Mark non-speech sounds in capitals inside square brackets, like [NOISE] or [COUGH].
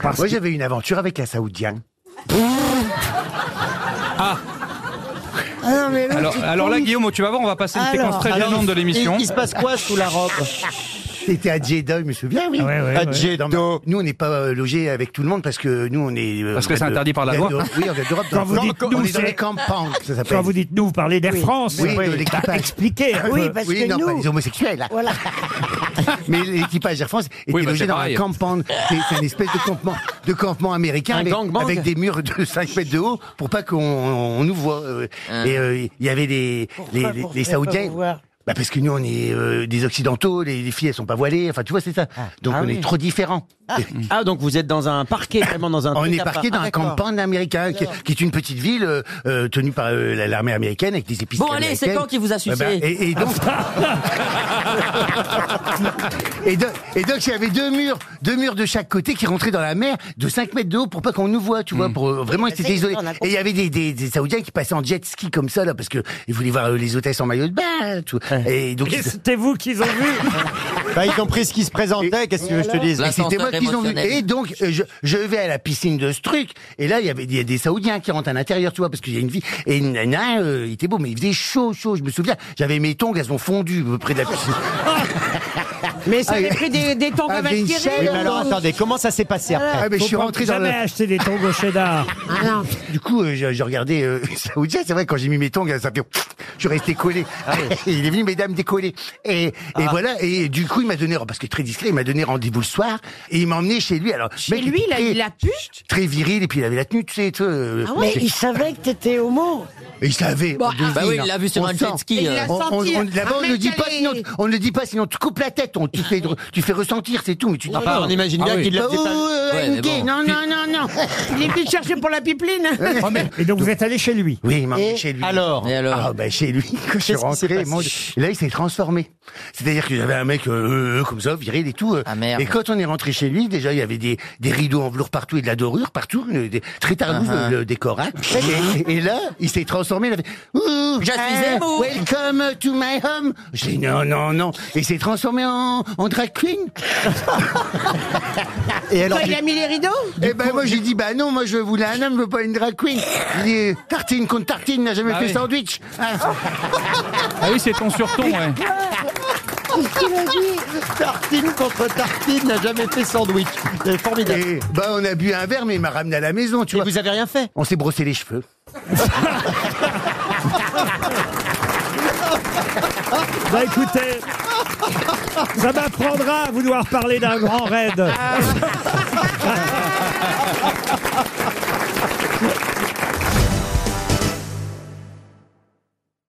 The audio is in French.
Parce Moi, que- j'avais une aventure avec un Saoudien. Ah non, mais là, Alors, tu te alors là, trompes. Guillaume, tu vas voir, on va passer une Alors, séquence très Alors, gênante de il- l'émission. Il, se passe quoi sous la robe C'était à Jeddah, je me souviens, oui. Ouais, ouais, Ah, ouais. Jeddah. Dans- Nous, on n'est pas euh, logés avec tout le monde parce que nous, on est. euh, Parce que on c'est est de- interdit par la on est loi. de- Oui, on est d'Europe. Quand vous on dites nous, est dans c'est- les campagnes, ça s'appelle. Quand vous dites nous, vous parlez d'Air France. Oui, Bah, de l'équipage. Ah, expliquez. un Oui, peu. parce oui, que non, nous- pas les homosexuels. là. Voilà. Mais l'équipage Air France était Oui, bah, c'est logé dans pareil. un campement. C'est c'est une espèce de campement, de campement américain Un avec, gangbang avec des murs de 5 mètres de haut pour pas qu'on on nous voit. euh. Hein. Et euh, il y avait des les, Pourquoi- les- pourquoi les pas Saoudiens. vous voir Bah parce que nous on est euh, des occidentaux, les, les filles elles sont pas voilées, enfin tu vois c'est ça. Donc Ah on oui. est trop différents. Ah, donc vous êtes dans un parquet, vraiment dans un On truc est à part. parqué dans Ah, un d'accord. campement américain, qui, qui est une petite ville euh, euh, tenue par euh, la- l'armée américaine avec des épices. Bon, allez, c'est quand qui vous a sucé Eh ben, Eh ben, et, et donc, et donc, et donc, il y avait deux murs, deux murs de chaque côté qui rentraient dans la mer de 5 mètres de haut pour pas qu'on nous voit, tu vois, pour euh, vraiment ils étaient c'est- isolés. on a Et compris. il y avait des, des, des Saoudiens qui passaient en jet ski comme ça là parce que ils voulaient voir euh, les hôtesses en maillot de bain, tout. Et donc Et c'était vous qu'ils [LAUGHS] ont vu. Bah, ils ont pris ce qui se présentait, qu'est-ce que tu veux que je te dise et c'était L'ascenseur moi qu'ils ont vu. émotionnel. Et donc, euh, je, je vais à la piscine de ce truc. Et là, il y avait il y a des Saoudiens qui rentrent à l'intérieur, tu vois, parce qu'il y a une vie. Et il y en a un, euh, il était beau, mais il faisait chaud, chaud. Je me souviens, j'avais mes tongs, elles ont fondu euh, près de la piscine. Mais ça Ah, avait oui. pris des, des temps Ah, à j'ai une Valkyrie, chaîne, Oui, mais alors non. attendez, comment ça s'est passé après Ah, mais je suis Faut pas rentré dans jamais le. acheter des tongos cheddar. Du coup, euh, je, je regardais euh, [LAUGHS] Saoudien. C'est vrai, quand j'ai mis mes tongs, ça fait. [LAUGHS] Je suis resté collé. Ah [LAUGHS] il est venu, mesdames, décoller. Et, et voilà. Et du coup, il m'a donné, parce que très discret, il m'a donné rendez-vous le soir. Et il m'a emmené chez lui. Alors, Chez lui, il a eu la Ah puce très viril et puis il avait la tenue, tu sais, tu sais, euh, Mais il savait que t'étais homo. Et il savait. on devine, Bah oui, hein. il l'a vu sur On un sent. jet ski. Et il euh. l'a- On, on, Sentir. on- là-bas, Un on ne mec dit pas, allé- sinon, on ne le dit pas, sinon tu coupes la tête, on, tu, fais, tu fais ressentir, c'est tout, mais tu dis Enfin, on imagine bien Ah oui. qu'il l'a Bah, fait ouh, pas- euh, Ouais, mais niqué, bon. non. Non, non, non. Il est venu te chercher pour la pipeline. Et donc vous êtes allé chez lui. Oui, il m'a emmené Et chez lui. alors Et alors Ah bah chez lui, [LAUGHS] quand je suis Qu'est-ce qui s'est rentré, passé mon Dieu. Et là il s'est transformé. C'est-à-dire que j'avais un mec euh, euh, comme ça, viril et tout. euh. Ah, merde. Et quand on est rentré chez lui, déjà il y avait des, des rideaux en velours partout et de la dorure partout, euh, des- très tardouf Ah, ah. le, le décor. [LAUGHS] hein. et, et là il s'est transformé. Il a fait, Ouh, Je suis eh, émo. Welcome to my home. J'ai dit non non non. Et il s'est transformé en, en drag queen. Et alors, Toi, il a mis les rideaux et ben moi j'ai dit bah non moi je voulais un homme, je veux pas une drag queen. Il dit tartine contre tartine n'a jamais Bah Ah fait oui. sandwich. Ah. Ah oui, c'est ton [LAUGHS] surton, ouais. tartine contre tartine n'a jamais fait sandwich. C'est formidable. Et bah on a bu un verre mais il m'a ramené à la maison tu Et vois. vous avez rien fait On s'est brossé les cheveux. Bah écoutez, ça Ah. m'apprendra à vouloir parler d'un grand raid.